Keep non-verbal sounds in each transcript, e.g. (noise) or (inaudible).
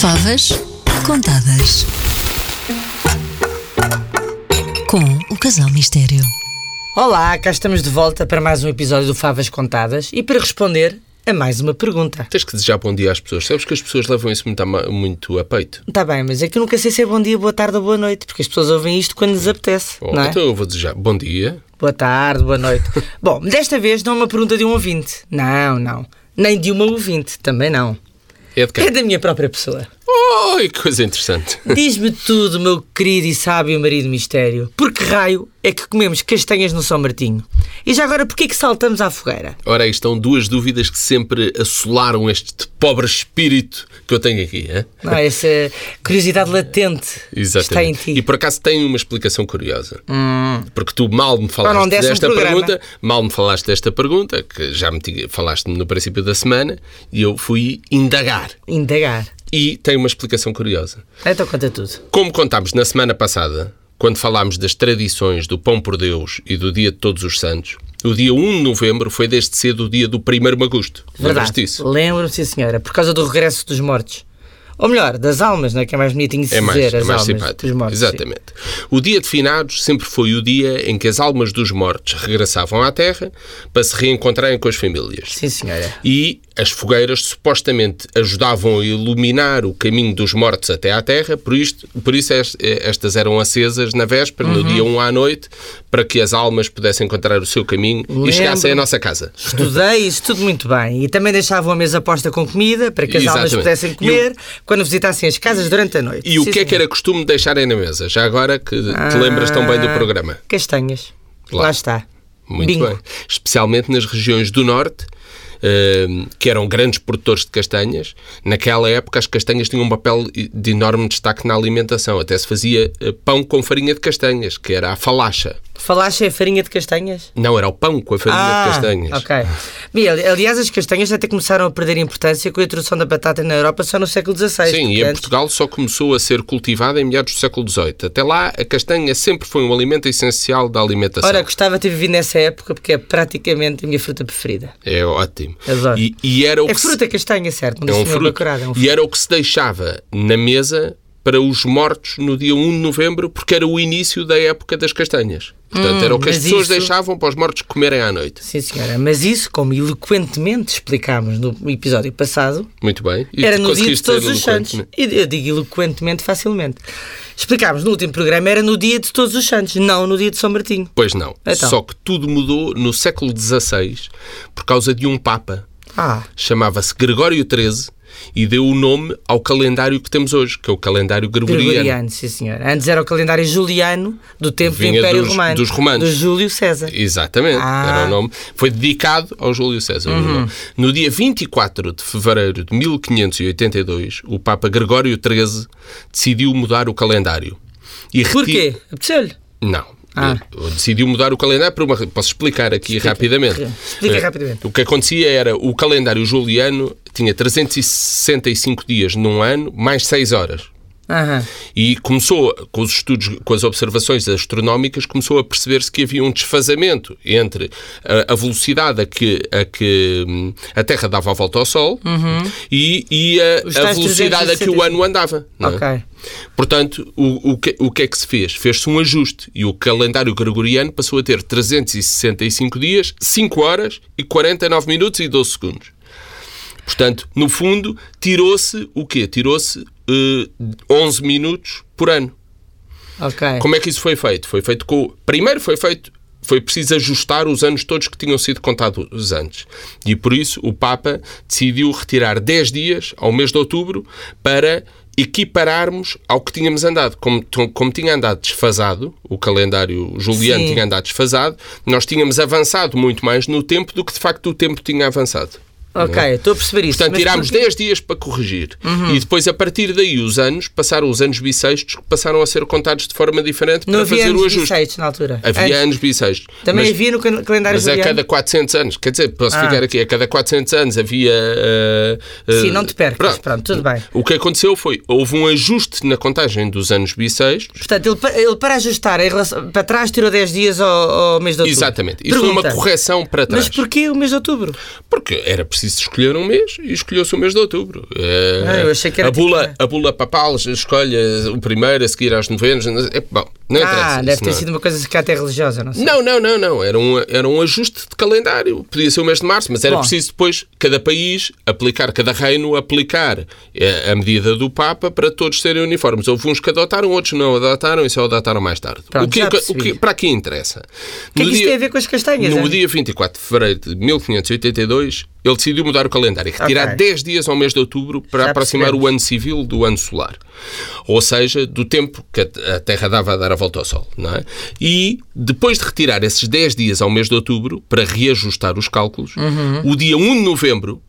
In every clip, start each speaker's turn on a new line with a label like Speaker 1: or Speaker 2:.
Speaker 1: Favas contadas. Com o Casal Mistério.
Speaker 2: Olá, cá estamos de volta para mais um episódio do Favas Contadas e para responder a mais uma pergunta.
Speaker 3: Tens que desejar bom dia às pessoas. Sabes que as pessoas levam isso muito a, ma- muito a peito.
Speaker 2: Está bem, mas é que eu nunca sei se é bom dia, boa tarde ou boa noite, porque as pessoas ouvem isto quando lhes apetece,
Speaker 3: Oh,
Speaker 2: não é?
Speaker 3: Então eu vou desejar bom dia.
Speaker 2: Boa tarde, boa
Speaker 3: (laughs)
Speaker 2: noite. Bom, desta vez não é uma pergunta de um ouvinte. Não, não. Nem de uma ouvinte, também não.
Speaker 3: É de quem?
Speaker 2: É da minha própria pessoa.
Speaker 3: Oh, que coisa interessante.
Speaker 2: Diz-me tudo, meu querido e sábio marido mistério. Por que raio é que comemos castanhas no São Martinho? E já agora, porquê que saltamos à fogueira?
Speaker 3: Ora, aí estão duas dúvidas que sempre assolaram este pobre espírito que eu tenho aqui. Hein?
Speaker 2: Não, é? essa curiosidade latente está em
Speaker 3: Exatamente.
Speaker 2: ti. Hum.
Speaker 3: E por acaso tem uma explicação curiosa. Porque tu mal me falaste
Speaker 2: Ou não desse um
Speaker 3: desta
Speaker 2: programa.
Speaker 3: pergunta, mal me falaste desta pergunta, que já me tinha- falaste-me no princípio da semana, e eu fui indagar.
Speaker 2: Indagar.
Speaker 3: E tem uma explicação curiosa.
Speaker 2: Então conta tudo.
Speaker 3: Como contámos na semana passada, quando falámos das tradições do Pão por Deus e do Dia de Todos os Santos, o dia 1 de novembro foi desde cedo o dia do primeiro magusto. Lembras
Speaker 2: Verdade.
Speaker 3: disso?
Speaker 2: Lembro-me, sim, senhora. Por causa do regresso dos mortos. Ou melhor, das almas, não é? Que é mais bonitinho de se
Speaker 3: É mais,
Speaker 2: dizer.
Speaker 3: é
Speaker 2: as
Speaker 3: mais
Speaker 2: almas
Speaker 3: simpático.
Speaker 2: dos mortos. sim.
Speaker 3: Exatamente. O dia de finados sempre foi o dia em que as almas dos mortos regressavam à Terra para se reencontrarem com as famílias.
Speaker 2: Sim, senhora.
Speaker 3: E as fogueiras supostamente ajudavam a iluminar o caminho dos mortos até à Terra, por, isto, por isso es- eh, estas eram acesas na véspera,
Speaker 2: Uhum.
Speaker 3: no dia 1 à noite, para que as almas pudessem encontrar o seu caminho
Speaker 2: Lembro.
Speaker 3: e chegassem à nossa casa.
Speaker 2: Estudei isso tudo muito bem. E também deixavam a mesa posta com comida para que as almas
Speaker 3: Exatamente.
Speaker 2: pudessem
Speaker 3: E o-
Speaker 2: comer quando visitassem as casas durante a noite.
Speaker 3: E o
Speaker 2: Sim,
Speaker 3: que é que
Speaker 2: senhora.
Speaker 3: era costume deixarem na mesa? Já agora que te lembras tão bem do
Speaker 2: Ah,
Speaker 3: programa.
Speaker 2: Castanhas.
Speaker 3: Lá.
Speaker 2: Lá está.
Speaker 3: Muito
Speaker 2: Bingo.
Speaker 3: bem. Especialmente nas regiões do Norte, ehm, que eram grandes produtores de castanhas. Naquela época, as castanhas tinham um papel de enorme destaque na alimentação. Até se fazia eh, pão com farinha de castanhas, que era a falacha.
Speaker 2: Falaste é farinha de castanhas?
Speaker 3: Não, era o pão com a farinha de castanhas.
Speaker 2: Ah, Ok. Bem, ali- aliás, as castanhas até começaram a perder importância com a introdução da batata na Europa só no século XVI.
Speaker 3: Sim, e em
Speaker 2: portanto,
Speaker 3: Portugal só começou a ser cultivada em meados do século XVIII. Até lá, a castanha sempre foi um alimento essencial da alimentação.
Speaker 2: Ora, gostava de ter vivido nessa época porque é praticamente a minha fruta preferida.
Speaker 3: É ótimo.
Speaker 2: Adoro.
Speaker 3: E, e era o
Speaker 2: É
Speaker 3: que se-
Speaker 2: fruta castanha, certo? Não
Speaker 3: É um
Speaker 2: disse nenhuma
Speaker 3: fruto.
Speaker 2: bacurada, é um fruto.
Speaker 3: E era o que se deixava na mesa para os mortos no dia 1 de novembro, porque era o início da época das castanhas. Portanto, era o que as
Speaker 2: Hum, mas
Speaker 3: pessoas
Speaker 2: isso-
Speaker 3: deixavam para os mortos comerem à noite.
Speaker 2: Sim, senhora. Mas isso, como eloquentemente explicámos no episódio passado,
Speaker 3: Muito bem. E
Speaker 2: era
Speaker 3: tu
Speaker 2: no dia de
Speaker 3: conseguiste né?
Speaker 2: todos
Speaker 3: ter um
Speaker 2: os santos.
Speaker 3: eloquentemente.
Speaker 2: E Eu digo eloquentemente facilmente. Explicámos no último programa, era no dia de todos os santos, não no dia de São Martinho.
Speaker 3: Pois não.
Speaker 2: Então.
Speaker 3: Só que tudo mudou no século XVI por causa de um Papa.
Speaker 2: Ah,
Speaker 3: Chamava-se Gregório XIII e deu o nome ao calendário que temos hoje, que é o calendário gregoriano.
Speaker 2: Gregoriano, sim senhora. Antes era o calendário juliano do tempo do
Speaker 3: Vinha
Speaker 2: Império
Speaker 3: dos-
Speaker 2: Romano.
Speaker 3: dos romanos.
Speaker 2: Do Júlio César.
Speaker 3: Exatamente,
Speaker 2: Ah. Uhum.
Speaker 3: era o nome. Foi dedicado ao Júlio César. o nome. No dia 24 de fevereiro de 1582, o Papa Gregório XIII decidiu mudar o calendário. E reti-
Speaker 2: Porquê? Apeteceu-lhe?
Speaker 3: Não.
Speaker 2: Ah.
Speaker 3: Eh, Decidiu mudar o calendário por uma. ra- Posso explicar aqui rapidamente.
Speaker 2: Explica
Speaker 3: Eh,
Speaker 2: rapidamente.
Speaker 3: O que acontecia era o calendário juliano tinha 365 dias num ano, mais 6 horas.
Speaker 2: Aham.
Speaker 3: E começou, com os estudos, com as observações astronómicas, começou a perceber-se que havia um desfazamento entre a, a velocidade a que, a que hum, a Terra dava a volta ao Sol e, e
Speaker 2: Uhum. Os
Speaker 3: a, a
Speaker 2: tais
Speaker 3: velocidade a que
Speaker 2: 365.
Speaker 3: o ano andava. não é?
Speaker 2: Ok.
Speaker 3: Portanto, o, o, que, o que é que se fez? Fez-se um ajuste e o calendário gregoriano passou a ter 365 dias, 5 horas e 49 minutos e 12 segundos. Portanto, no fundo, tirou-se o quê? Tirou-se eh, 11 minutos por ano.
Speaker 2: Ok.
Speaker 3: Como é que isso foi feito? Foi feito com. Primeiro foi feito. Foi preciso ajustar os anos todos que tinham sido contados antes. E por isso o Papa decidiu retirar 10 dias ao mês de outubro para equipararmos ao que tínhamos andado. Como, t- como tinha andado desfasado, o calendário juliano
Speaker 2: Sim.
Speaker 3: tinha andado desfasado, nós tínhamos avançado muito mais no tempo do que de facto o tempo tinha avançado.
Speaker 2: Ok, estou a perceber isso.
Speaker 3: Portanto,
Speaker 2: mas Uhum.
Speaker 3: tirámos
Speaker 2: porquê?
Speaker 3: 10 dias para corrigir. E depois, a partir daí, os anos passaram os anos bissextos que passaram a ser contados de forma diferente
Speaker 2: Não
Speaker 3: para
Speaker 2: havia
Speaker 3: fazer o
Speaker 2: anos
Speaker 3: ajuste.
Speaker 2: bissextos na altura.
Speaker 3: Havia
Speaker 2: Antes.
Speaker 3: anos bissextos.
Speaker 2: Também
Speaker 3: mas,
Speaker 2: havia no cal- calendário
Speaker 3: Mas a
Speaker 2: juliano.
Speaker 3: cada 400 anos, quer dizer, posso
Speaker 2: Ah.
Speaker 3: ficar aqui, a cada 400 anos havia. ah,
Speaker 2: Sim,
Speaker 3: ah,
Speaker 2: não te percas. Pronto. tudo bem.
Speaker 3: O que aconteceu foi, houve um ajuste na contagem dos anos bissextos.
Speaker 2: Portanto, ele, pa- ele para ajustar em relação- para trás tirou 10 dias ao, ao mês de outubro.
Speaker 3: Exatamente. Isso foi uma
Speaker 2: Pergunta,
Speaker 3: correção para trás.
Speaker 2: Mas porquê o mês de outubro?
Speaker 3: Porque era preciso escolher um mês e escolheu-se o mês de outubro. Eh,
Speaker 2: Ah, eu achei que era
Speaker 3: a, bula,
Speaker 2: tipo-
Speaker 3: a bula papal escolhe o primeiro a seguir às novenas. É, bom, não interessa.
Speaker 2: Ah,
Speaker 3: isso
Speaker 2: deve ter
Speaker 3: não- é?
Speaker 2: sido uma coisa se calhar até religiosa, não sei.
Speaker 3: não, não, não, não. Era um, era um ajuste de calendário. Podia ser o mês de março, mas era
Speaker 2: Bom.
Speaker 3: preciso depois cada país aplicar, cada reino aplicar eh, a medida do Papa para todos serem uniformes. Houve uns que adotaram, outros não adotaram e só adotaram mais tarde.
Speaker 2: Pronto,
Speaker 3: o que,
Speaker 2: já
Speaker 3: o que-
Speaker 2: percebi.
Speaker 3: o que- para aqui interessa?
Speaker 2: O que é que isto tem a ver com as castanhas?
Speaker 3: No
Speaker 2: é?
Speaker 3: dia 24 de fevereiro de 1582, ele decidiu mudar o calendário e retirar
Speaker 2: Ok.
Speaker 3: 10 dias ao mês de outubro para
Speaker 2: Já
Speaker 3: aproximar
Speaker 2: percebemos.
Speaker 3: o ano civil do ano solar. Ou seja, do tempo que a a Terra dava a dar a volta ao Sol. Não é? E depois de retirar esses 10 dias ao mês de outubro para reajustar os cálculos,
Speaker 2: Uhum.
Speaker 3: o dia 1 de novembro.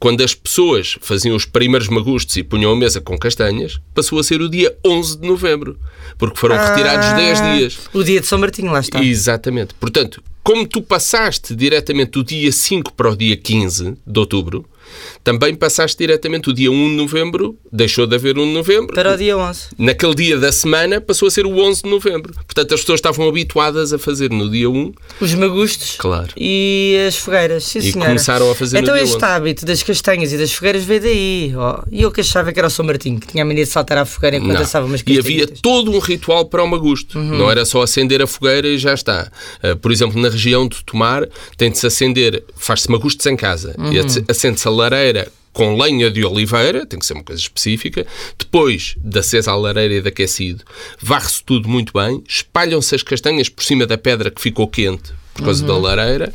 Speaker 3: Quando as pessoas faziam os primeiros magustos e punham a mesa com castanhas, passou a ser o dia 11 de novembro, porque foram retirados 10 dias.
Speaker 2: Ah, O dia de São Martinho, lá está.
Speaker 3: Exatamente. Portanto, como tu passaste diretamente do dia 5 para o dia 15 de outubro, também passaste diretamente o dia 1 de novembro, deixou de haver 1 de novembro.
Speaker 2: Para o dia 11.
Speaker 3: Naquele dia da semana passou a ser o 11 de novembro. Portanto, as pessoas estavam habituadas a fazer no dia 1.
Speaker 2: Os magustos
Speaker 3: Claro.
Speaker 2: e as fogueiras, sim
Speaker 3: E
Speaker 2: senhora.
Speaker 3: começaram a fazer no
Speaker 2: Então
Speaker 3: dia
Speaker 2: este
Speaker 3: 11.
Speaker 2: hábito das castanhas e das fogueiras veio daí. ó. E eu que achava que era o São Martinho, que tinha a mania de saltar à fogueira enquanto Uhum.
Speaker 3: Não.
Speaker 2: assava umas
Speaker 3: E
Speaker 2: castanhas.
Speaker 3: havia todo um ritual para o magusto. Não era só acender a fogueira e já está. Ah, por exemplo, na região de Tomar, tem de se acender, faz-se magustos em casa. E
Speaker 2: Uhum.
Speaker 3: ace- acende-se a lareira com lenha de oliveira, tem que ser uma coisa específica. Depois de acesa a lareira e de aquecido, varre-se tudo muito bem, espalham-se as castanhas por cima da pedra que ficou quente por causa
Speaker 2: Uhum.
Speaker 3: da lareira.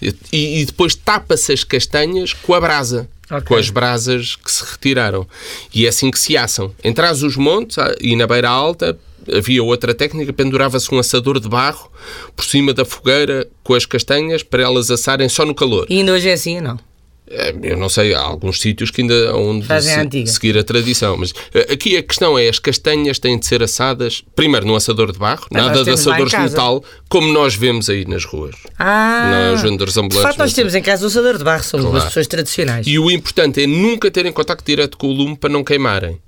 Speaker 3: E, e depois tapa-se as castanhas com a brasa,
Speaker 2: Ok.
Speaker 3: com as brasas que se retiraram. E é assim que se assam. Em trás os montes ah, e na beira alta havia outra técnica, pendurava-se um assador de barro por cima da fogueira com as castanhas para elas assarem só no calor.
Speaker 2: E ainda hoje é assim, não?
Speaker 3: Eh, Eu não sei, há alguns sítios que ainda onde
Speaker 2: Fazem a antiga.
Speaker 3: seguir a tradição, mas eh, aqui a questão é as castanhas têm de ser assadas primeiro num assador de barro,
Speaker 2: Mas nós
Speaker 3: nada de
Speaker 2: temos lá em
Speaker 3: assadores de
Speaker 2: casa.
Speaker 3: metal, como nós vemos aí nas ruas.
Speaker 2: Ah,
Speaker 3: Não, os vendedores
Speaker 2: de
Speaker 3: ambulantes
Speaker 2: facto nós
Speaker 3: não-
Speaker 2: temos em casa o assador de barro, somos
Speaker 3: Claro.
Speaker 2: as pessoas tradicionais.
Speaker 3: E o importante é nunca terem contacto direto com o lume para não queimarem.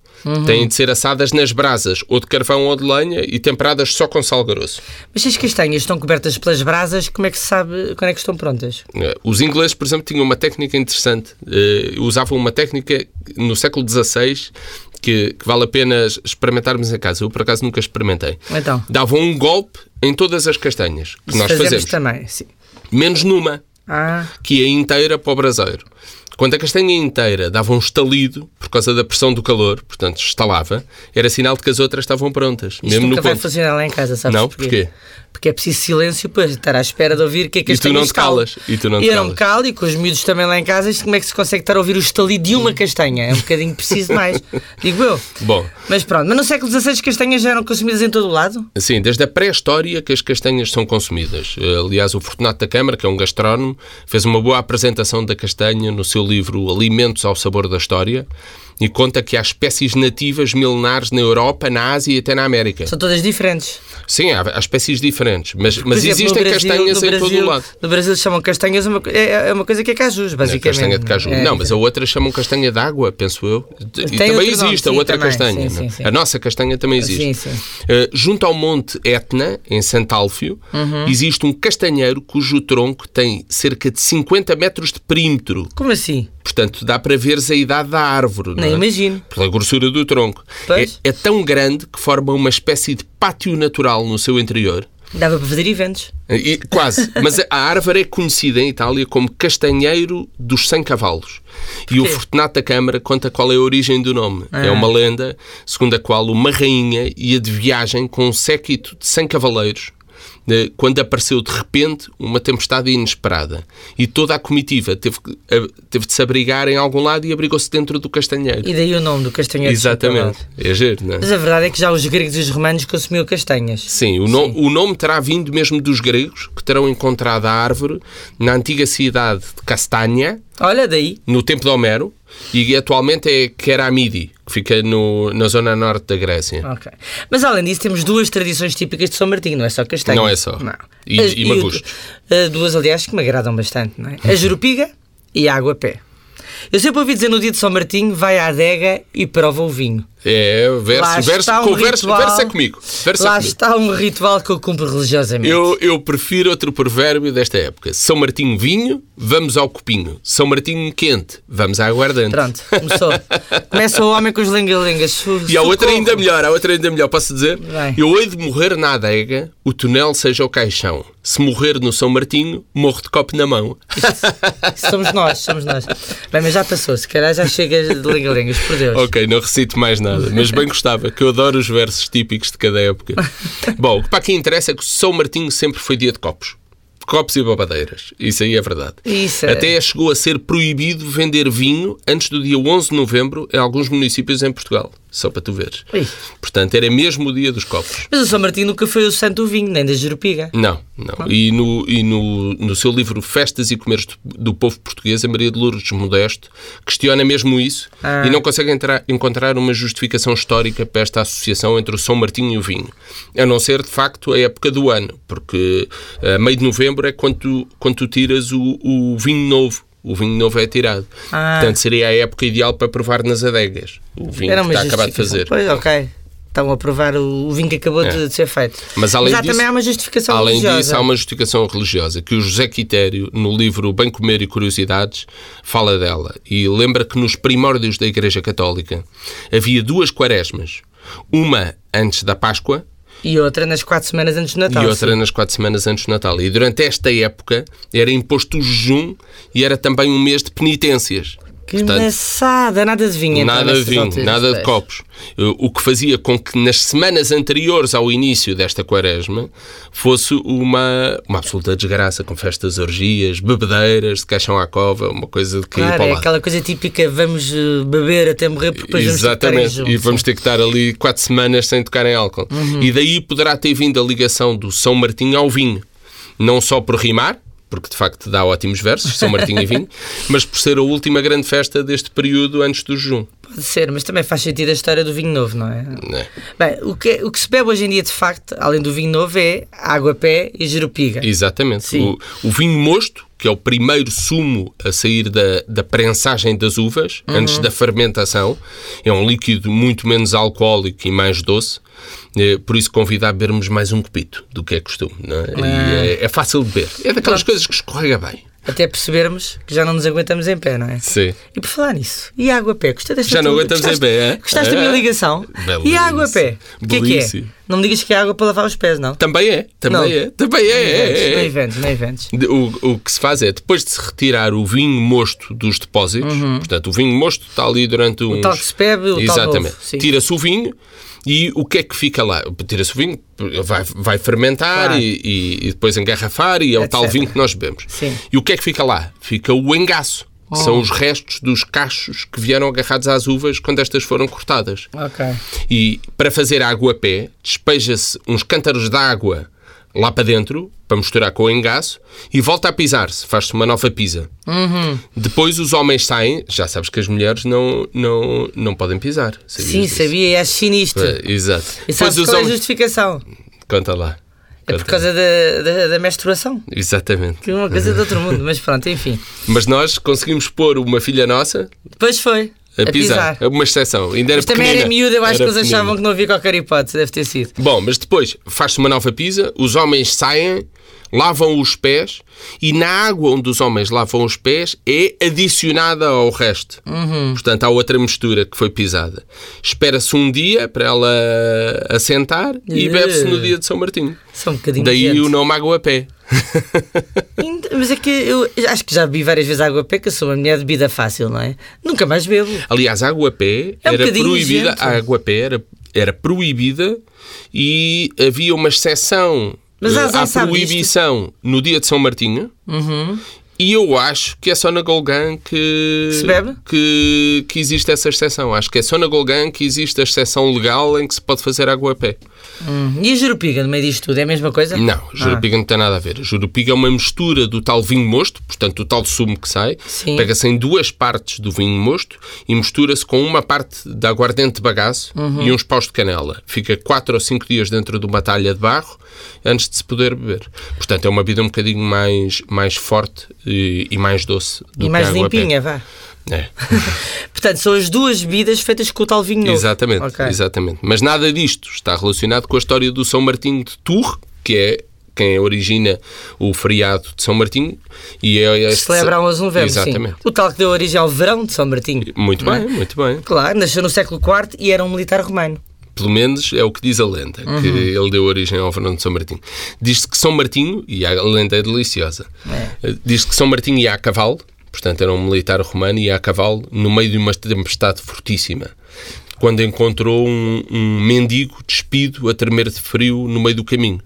Speaker 3: Têm de ser assadas nas brasas, ou de carvão ou de lenha, e temperadas só com sal grosso.
Speaker 2: Mas se as castanhas estão cobertas pelas brasas, como é que se sabe quando é que estão prontas?
Speaker 3: Eh, Os ingleses, por exemplo, tinham uma técnica interessante. Eh, usavam uma técnica no século XVI que, que vale a pena experimentarmos em casa. Eu, por acaso, nunca experimentei.
Speaker 2: Então.
Speaker 3: Davam um golpe em todas as castanhas que nós
Speaker 2: fazemos,
Speaker 3: fazemos,
Speaker 2: também, sim.
Speaker 3: menos numa.
Speaker 2: Ah,
Speaker 3: que é inteira para o braseiro. Quando a castanha inteira dava um estalido por causa da pressão do calor, portanto estalava, era sinal de que as outras estavam prontas,
Speaker 2: isto
Speaker 3: mesmo
Speaker 2: nunca
Speaker 3: no
Speaker 2: vai
Speaker 3: ponto.
Speaker 2: funcionar lá em casa, sabes
Speaker 3: Não,
Speaker 2: porquê?
Speaker 3: porquê?
Speaker 2: Porque é preciso silêncio para estar à espera de ouvir o que é que
Speaker 3: E
Speaker 2: as
Speaker 3: tu não
Speaker 2: castanhas
Speaker 3: te
Speaker 2: calam.
Speaker 3: calas, e tu não te
Speaker 2: eu não me
Speaker 3: calas.
Speaker 2: calo e com os miúdos também lá em casa, isto como é que se consegue estar a ouvir o estalido de uma castanha? É um bocadinho preciso
Speaker 3: (laughs)
Speaker 2: mais, digo eu.
Speaker 3: Bom.
Speaker 2: Mas pronto, mas no século XVI as castanhas já eram consumidas em todo o lado?
Speaker 3: Sim, assim, desde a pré-história que as castanhas são consumidas. Eh, Aliás, o Fortunato da Câmara, que é um gastrónomo, fez uma boa apresentação da castanha no seu livro Alimentos ao Sabor da História e conta que há espécies nativas milenares na Europa, na Ásia e até na América.
Speaker 2: São todas diferentes.
Speaker 3: Sim, há, há espécies diferentes, mas, mas
Speaker 2: Por exemplo, no
Speaker 3: existem
Speaker 2: Brasil-
Speaker 3: castanhas
Speaker 2: no
Speaker 3: em todo
Speaker 2: Brasil-
Speaker 3: o lado.
Speaker 2: No Brasil chamam castanhas uma, co- é, é uma coisa que é cajus,
Speaker 3: É,
Speaker 2: basicamente.
Speaker 3: castanha de caju.
Speaker 2: É.
Speaker 3: não, mas a outra chamam castanha d'água, penso eu. E
Speaker 2: Tem
Speaker 3: também
Speaker 2: outro nome,
Speaker 3: existe
Speaker 2: sim,
Speaker 3: a outra
Speaker 2: também,
Speaker 3: castanha.
Speaker 2: sim,
Speaker 3: não é?
Speaker 2: sim, sim.
Speaker 3: A nossa castanha também existe.
Speaker 2: Sim, sim.
Speaker 3: Eh, junto ao Monte Etna, em Santálfio,
Speaker 2: Uhum.
Speaker 3: existe um castanheiro cujo tronco tem cerca de 50 metros de perímetro.
Speaker 2: Como assim?
Speaker 3: Portanto, dá para veres a idade da árvore.
Speaker 2: Nem
Speaker 3: não é?
Speaker 2: imagino.
Speaker 3: Pela grossura do tronco.
Speaker 2: Pois.
Speaker 3: É, é tão grande que forma uma espécie de pátio natural no seu interior.
Speaker 2: Dava para fazer eventos.
Speaker 3: E- quase. Mas a árvore é conhecida em Itália como Castanheiro dos 100 Cavalos. E o Fortunato da Câmara conta qual é a origem do nome.
Speaker 2: Ah.
Speaker 3: É uma lenda segundo a qual uma rainha ia de viagem com um séquito de 100 cavaleiros eh, quando apareceu de repente uma tempestade inesperada e toda a comitiva teve, que- eh, teve de se abrigar em algum lado e abrigou-se dentro do castanheiro.
Speaker 2: E daí o nome do castanheiro. de
Speaker 3: Exatamente.
Speaker 2: chocolate.
Speaker 3: É giro, não é?
Speaker 2: Mas a verdade é que já os gregos e os romanos consumiam castanhas.
Speaker 3: Sim, o, no- o nome terá vindo mesmo dos gregos, que terão encontrado a árvore na antiga cidade de Castanha,
Speaker 2: Olha daí.
Speaker 3: no tempo de Homero, e atualmente é Keramidi, que fica no- na zona norte da Grécia.
Speaker 2: Ok. Mas além disso, temos duas tradições típicas de São Martinho, não é só castanha.
Speaker 3: Não é só.
Speaker 2: Não.
Speaker 3: E-
Speaker 2: As-
Speaker 3: e magustos.
Speaker 2: o- uh, Duas, aliás, que me agradam bastante, não é? A jurupiga e a água-pé. Eu sempre ouvi dizer no dia de São Martinho, vai à adega e prova o vinho.
Speaker 3: É,
Speaker 2: Lá
Speaker 3: verso, verso,
Speaker 2: está um
Speaker 3: com verso,
Speaker 2: ritual.
Speaker 3: verso é comigo. Verso é
Speaker 2: Lá
Speaker 3: comigo.
Speaker 2: está um ritual que eu cumpro religiosamente.
Speaker 3: Eu, eu prefiro outro provérbio desta época. São Martinho vinho, vamos ao copinho. São Martinho quente, vamos à aguardante.
Speaker 2: Pronto, começou. Começa o homem com os lengalengas.
Speaker 3: E a outra ainda melhor, a outra ainda melhor, posso dizer?
Speaker 2: Vai.
Speaker 3: Eu hei de morrer na adega, o tunel seja o caixão. Se morrer no São Martinho, morro de copo
Speaker 2: (laughs)
Speaker 3: na mão.
Speaker 2: Somos nós, somos nós. Bem, mas já passou, se calhar já chega de lengalengas, por Deus.
Speaker 3: Ok, não recito mais nada, mas bem gostava, que eu adoro os versos típicos de
Speaker 2: (laughs)
Speaker 3: cada época. Bom, o que para quem interessa é que o São Martinho sempre foi dia de copos. Copos e babadeiras. Isso aí é verdade.
Speaker 2: Isso é.
Speaker 3: Até chegou a ser proibido vender vinho antes do dia 11 de novembro em alguns municípios em Portugal. Só para tu veres.
Speaker 2: Ui.
Speaker 3: Portanto, era mesmo o dia dos copos.
Speaker 2: Mas o São Martinho nunca foi o santo do vinho, nem da jerupiga.
Speaker 3: Não, não. E, no, e no, no seu livro Festas e Comeres do, do Povo Português, a Maria de Lourdes Modesto questiona mesmo isso
Speaker 2: Ah.
Speaker 3: e não consegue entrar- encontrar uma justificação histórica para esta associação entre o São Martinho e o vinho. A não ser, de facto, a época do ano, porque a meio de novembro é quando tu, quando tu tiras o, o vinho novo. O vinho novo é tirado.
Speaker 2: Ah.
Speaker 3: Portanto, seria a época ideal para provar nas adegas o vinho
Speaker 2: Era
Speaker 3: que
Speaker 2: uma
Speaker 3: está acabado de
Speaker 2: justificação.
Speaker 3: fazer. É.
Speaker 2: Pois, ok. Estão a provar o, o vinho que acabou de, de ser feito.
Speaker 3: Mas além
Speaker 2: há
Speaker 3: disso-
Speaker 2: também há uma justificação
Speaker 3: Além
Speaker 2: religiosa.
Speaker 3: disso, há uma justificação religiosa que o José Quitério, no livro Bem Comer e Curiosidades, fala dela e lembra que nos primórdios da Igreja Católica havia duas quaresmas. Uma antes da Páscoa
Speaker 2: E outra nas quatro semanas antes do Natal.
Speaker 3: e outra
Speaker 2: Tá, sim.
Speaker 3: nas quatro semanas antes do Natal. E durante esta época era imposto o jejum e era também um mês de penitências.
Speaker 2: Que engraçada, nada de vinho. então,
Speaker 3: Nada de
Speaker 2: nestas
Speaker 3: vinho,
Speaker 2: alturas,
Speaker 3: nada de
Speaker 2: pois.
Speaker 3: copos. Eh, O que fazia com que nas semanas anteriores ao início desta quaresma fosse uma, uma absoluta desgraça, com festas, orgias, bebedeiras, de caixão à cova, uma coisa de que ia
Speaker 2: Claro,
Speaker 3: para
Speaker 2: é
Speaker 3: lá.
Speaker 2: aquela coisa típica, vamos eh, beber até morrer, porque depois
Speaker 3: Exatamente,
Speaker 2: vamos estar
Speaker 3: e vamos ter que estar ali quatro semanas sem tocar em álcool.
Speaker 2: Uhum.
Speaker 3: E daí poderá ter vindo a ligação do São Martinho ao vinho. Não só por rimar, porque de facto dá ótimos versos, São Martinho
Speaker 2: (laughs)
Speaker 3: e vinho, mas por ser a última grande festa deste período antes do jejum.
Speaker 2: Pode ser, mas também faz sentido a história do vinho novo, não é?
Speaker 3: né?
Speaker 2: Bem, o que, é- o que se bebe hoje em dia, de facto, além do vinho novo, é água pé e jerupiga.
Speaker 3: Exatamente.
Speaker 2: Sim.
Speaker 3: O, o vinho mosto, que é o primeiro sumo a sair da, da prensagem das uvas, antes da fermentação, é um líquido muito menos alcoólico e mais doce. eh, Por isso convido a bebermos mais um copito do que é costume. não é? E é, é fácil de beber. É daquelas coisas que escorrega bem.
Speaker 2: Até percebermos que já não nos aguentamos em pé, não é?
Speaker 3: Sim.
Speaker 2: E por falar nisso, e a água a pé? Gostei desta
Speaker 3: Já não
Speaker 2: tua-
Speaker 3: aguentamos em
Speaker 2: gostaste-
Speaker 3: pé, é?
Speaker 2: Gostaste da
Speaker 3: É.
Speaker 2: minha ligação? E
Speaker 3: Belíssimo.
Speaker 2: a água a pé? O que é que é?
Speaker 3: Belíssimo.
Speaker 2: Não me digas que é água para lavar os pés, não?
Speaker 3: Também é. Também
Speaker 2: Não.
Speaker 3: é. Também é, é, é,
Speaker 2: Não
Speaker 3: é.
Speaker 2: inventes, não inventes.
Speaker 3: De- O, o que se faz é, depois de se retirar o vinho mosto dos depósitos, portanto, o vinho mosto está ali durante uns...
Speaker 2: tal que se bebe, Uhum. o tal
Speaker 3: Exatamente.
Speaker 2: novo, sim.
Speaker 3: Tira-se o vinho e o que é que fica lá? Tira-se o vinho, vai, vai fermentar
Speaker 2: Claro.
Speaker 3: e, e- e depois engarrafar e é o
Speaker 2: Etc.
Speaker 3: tal vinho que nós bebemos.
Speaker 2: Sim. Oh.
Speaker 3: E o que é que fica lá? Fica o engaço. que São os restos dos cachos que vieram agarrados às uvas quando estas foram cortadas.
Speaker 2: Ok.
Speaker 3: E para fazer água a pé, despeja-se uns cântaros de água lá para dentro, para misturar com o engaço, e volta a pisar-se, faz-se uma nova pisa.
Speaker 2: Uhum.
Speaker 3: Depois os homens saem, já sabes que as mulheres não, não, não podem pisar. sabias
Speaker 2: Sim,
Speaker 3: disso?
Speaker 2: sabia, e acho sinistro.
Speaker 3: É, Exato.
Speaker 2: E sabes qual é a justificação?
Speaker 3: Conta lá.
Speaker 2: É por
Speaker 3: Conta.
Speaker 2: causa da, da, da menstruação.
Speaker 3: Exatamente.
Speaker 2: Que é uma coisa de outro mundo, mas pronto, enfim.
Speaker 3: Mas nós conseguimos pôr uma filha nossa
Speaker 2: Depois foi.
Speaker 3: a, pisar. É Uma exceção. Ainda era
Speaker 2: Mas também era
Speaker 3: pequenina.
Speaker 2: miúda, eu acho
Speaker 3: Era
Speaker 2: que eles achavam
Speaker 3: pequenina.
Speaker 2: que não havia qualquer hipótese, deve ter sido.
Speaker 3: Bom, mas depois faz-se uma nova pisa, os homens saem, lavam os pés e na água onde os homens lavam os pés é adicionada ao resto. Portanto, há outra mistura que foi pisada. Espera-se um dia para ela assentar e
Speaker 2: Eh.
Speaker 3: bebe-se no dia de São Martinho.
Speaker 2: São um bocadinho
Speaker 3: Daí
Speaker 2: gente.
Speaker 3: o nome Água a Pé.
Speaker 2: Ainda- Mas é que eu acho que já bebi várias vezes água peca, sou uma mulher de bebida fácil, não é? Nunca mais bebo.
Speaker 3: Aliás, a água a pé
Speaker 2: É um
Speaker 3: era
Speaker 2: bocadinho
Speaker 3: proibida.
Speaker 2: nojento.
Speaker 3: A água a pé era, era proibida e havia uma exceção
Speaker 2: Mas a
Speaker 3: eh,
Speaker 2: Azai
Speaker 3: à
Speaker 2: sabe disto? Uhum.
Speaker 3: proibição no dia de São Martinho. E eu acho que é só na Golgan que,
Speaker 2: Se bebe?
Speaker 3: que que existe essa exceção. Acho que é só na Golgan que existe a exceção legal em que se pode fazer água a pé.
Speaker 2: Hum, E a jerupiga no meio disto tudo, é a mesma coisa?
Speaker 3: Uhum. Não,
Speaker 2: Ah.
Speaker 3: jurupiga não tem nada a ver. Jurupiga é uma mistura do tal vinho mosto, portanto, do tal sumo que sai.
Speaker 2: Sim.
Speaker 3: Pega-se em duas partes do vinho mosto e mistura-se com uma parte da aguardente de bagaço e uns paus de canela. Fica quatro ou cinco dias dentro de uma talha de barro antes de se poder beber. Portanto, é uma bebida um bocadinho mais, mais forte e, e mais doce do
Speaker 2: E
Speaker 3: que
Speaker 2: mais
Speaker 3: a água a pé.
Speaker 2: limpinha, vá.
Speaker 3: É.
Speaker 2: Portanto, são as duas bebidas feitas com o tal vinho novo.
Speaker 3: Exatamente,
Speaker 2: Ok.
Speaker 3: exatamente. Mas nada disto está relacionado com a história do São Martinho de Tours, que é quem origina o feriado de São Martinho e é
Speaker 2: Que
Speaker 3: este-
Speaker 2: se celebra a 11 de novembro,
Speaker 3: Exatamente.
Speaker 2: sim. é? O tal que deu origem ao verão de São Martinho.
Speaker 3: Muito bem, muito bem.
Speaker 2: Claro, nasceu no século IV e era um militar romano.
Speaker 3: Pelo menos é o que diz a lenda, que ele deu origem ao verão de São Martinho. Diz-se que São Martinho, e a lenda é deliciosa, diz-se que São Martinho ia a cavalo, portanto era um militar romano, ia a cavalo no meio de uma tempestade fortíssima, quando encontrou um, um mendigo despido a tremer de frio no meio do caminho.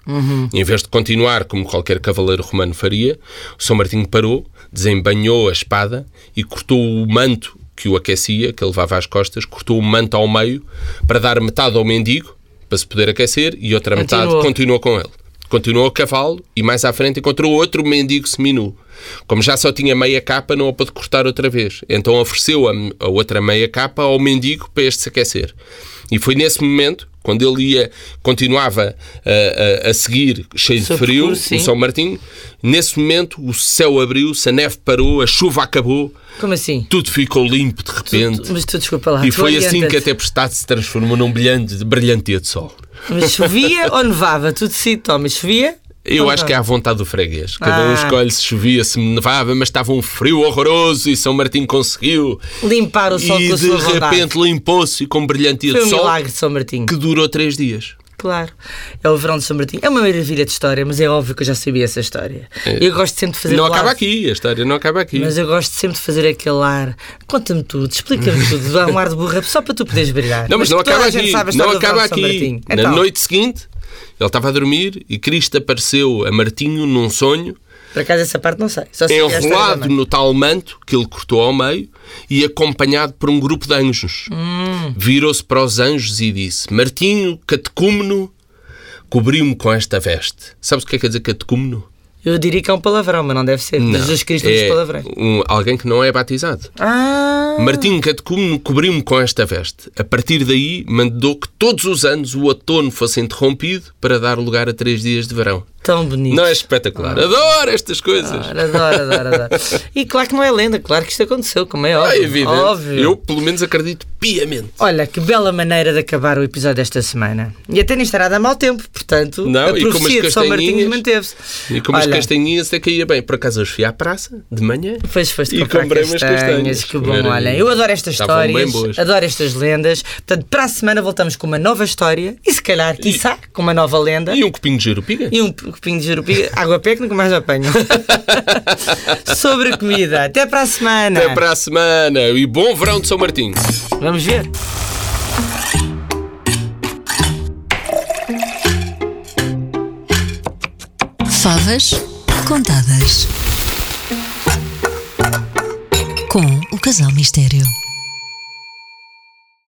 Speaker 3: Em vez de continuar como qualquer cavaleiro romano faria, São Martinho parou, desembanhou a espada e cortou o manto que o aquecia, que ele levava às costas, cortou o manto ao meio para dar metade ao mendigo, para se poder aquecer, e outra metade
Speaker 2: Continuou.
Speaker 3: continuou com ele. Continuou a cavalo e mais à frente encontrou outro mendigo seminu. Como já só tinha meia capa, não a pôde cortar outra vez. Então ofereceu a, a outra meia capa ao mendigo para este se aquecer. E foi nesse momento, quando ele ia, continuava a, a- a seguir cheio de
Speaker 2: Seu
Speaker 3: frio,
Speaker 2: percurso, sim.
Speaker 3: o São Martinho, nesse momento o céu abriu-se, a neve parou, a chuva acabou,
Speaker 2: Como assim?
Speaker 3: tudo ficou limpo de repente.
Speaker 2: Mas tu desculpa lá.
Speaker 3: E
Speaker 2: tu
Speaker 3: foi assim que a
Speaker 2: orienta-te.
Speaker 3: tempestade se transformou num brilhante, de brilhantia de sol.
Speaker 2: Mas
Speaker 3: (laughs)
Speaker 2: chovia ou nevava? Tu decides, Tomás. Chovia?
Speaker 3: Eu
Speaker 2: Ou
Speaker 3: acho que é à vontade do freguês. Cada um
Speaker 2: Ah.
Speaker 3: escolhe se chovia, se nevava, mas estava um frio horroroso e São Martinho conseguiu.
Speaker 2: Limpar o sol
Speaker 3: e
Speaker 2: com a
Speaker 3: de
Speaker 2: sua vontade.
Speaker 3: repente limpou-se com brilhantia
Speaker 2: Foi um
Speaker 3: de sol
Speaker 2: milagre de São Martinho.
Speaker 3: que durou três dias.
Speaker 2: Claro. É o verão de São Martinho. É uma maravilha de história, mas é óbvio que eu já sabia essa história. Eu gosto sempre de fazer
Speaker 3: É. não
Speaker 2: lado,
Speaker 3: acaba aqui, a história não acaba aqui.
Speaker 2: Mas eu gosto sempre de fazer aquele ar. Conta-me tudo, explica-me tudo. Dá um ar de burra só para tu poderes brilhar.
Speaker 3: Não, mas, não
Speaker 2: é, toda
Speaker 3: acaba
Speaker 2: a gente
Speaker 3: aqui.
Speaker 2: sabe a
Speaker 3: Não
Speaker 2: história do
Speaker 3: acaba
Speaker 2: verão de São
Speaker 3: aqui.
Speaker 2: Martinho.
Speaker 3: Na
Speaker 2: Então,
Speaker 3: noite seguinte, ele estava a dormir e Cristo apareceu a Martinho num sonho,
Speaker 2: Por acaso essa parte não sei. Só sei que é a história da
Speaker 3: enrolado
Speaker 2: mãe.
Speaker 3: no tal manto que ele cortou ao meio e acompanhado por um grupo de anjos.
Speaker 2: Hum.
Speaker 3: Virou-se para os anjos e disse: Martinho, catecúmeno, cobriu-me com esta veste. Sabes o que é que quer dizer catecúmeno?
Speaker 2: Eu diria que é um palavrão, mas não deve ser.
Speaker 3: Não,
Speaker 2: Jesus Cristo é
Speaker 3: é
Speaker 2: um palavrão.
Speaker 3: um- alguém que não é batizado.
Speaker 2: Ah!
Speaker 3: Martinho Catecúmeno cobriu-me com esta veste. A partir daí, mandou que todos os anos o outono fosse interrompido para dar lugar a três dias de verão.
Speaker 2: Tão bonito.
Speaker 3: Não é
Speaker 2: Ah.
Speaker 3: espetacular? Adoro estas coisas!
Speaker 2: Adoro, adoro, adoro, adoro. E claro que não é lenda, claro que isto aconteceu, como é
Speaker 3: É
Speaker 2: óbvio.
Speaker 3: evidente.
Speaker 2: óbvio.
Speaker 3: Eu, pelo menos, acredito piamente.
Speaker 2: Olha, que bela maneira de acabar o episódio desta semana. E até nem estará a dar mau tempo, portanto,
Speaker 3: Não,
Speaker 2: a
Speaker 3: e como as
Speaker 2: profecia de São Martinho
Speaker 3: castanhinhas-
Speaker 2: manteve-se.
Speaker 3: E como as
Speaker 2: Olha,
Speaker 3: castanhinhas até caía bem. Por acaso, hoje fui à praça, de manhã.
Speaker 2: Pois foste
Speaker 3: E
Speaker 2: comprar
Speaker 3: comprei umas
Speaker 2: castanhas,
Speaker 3: castanhas.
Speaker 2: que bom,
Speaker 3: Era-
Speaker 2: olha. Eu adoro estas
Speaker 3: Estavam bem
Speaker 2: histórias,
Speaker 3: boas.
Speaker 2: adoro estas lendas. Portanto, para a semana voltamos com uma nova história e se calhar, quiçá, com uma nova lenda.
Speaker 3: E um copinho de jerupiga?
Speaker 2: E um copinho de jerupiga, água técnica, mais
Speaker 3: (laughs)
Speaker 2: apanho. Sobre a comida. Até para a semana.
Speaker 3: Até para a semana. E bom verão de São Martinho.
Speaker 2: Vamos ver.
Speaker 1: Favas contadas. Com o Casal Mistério.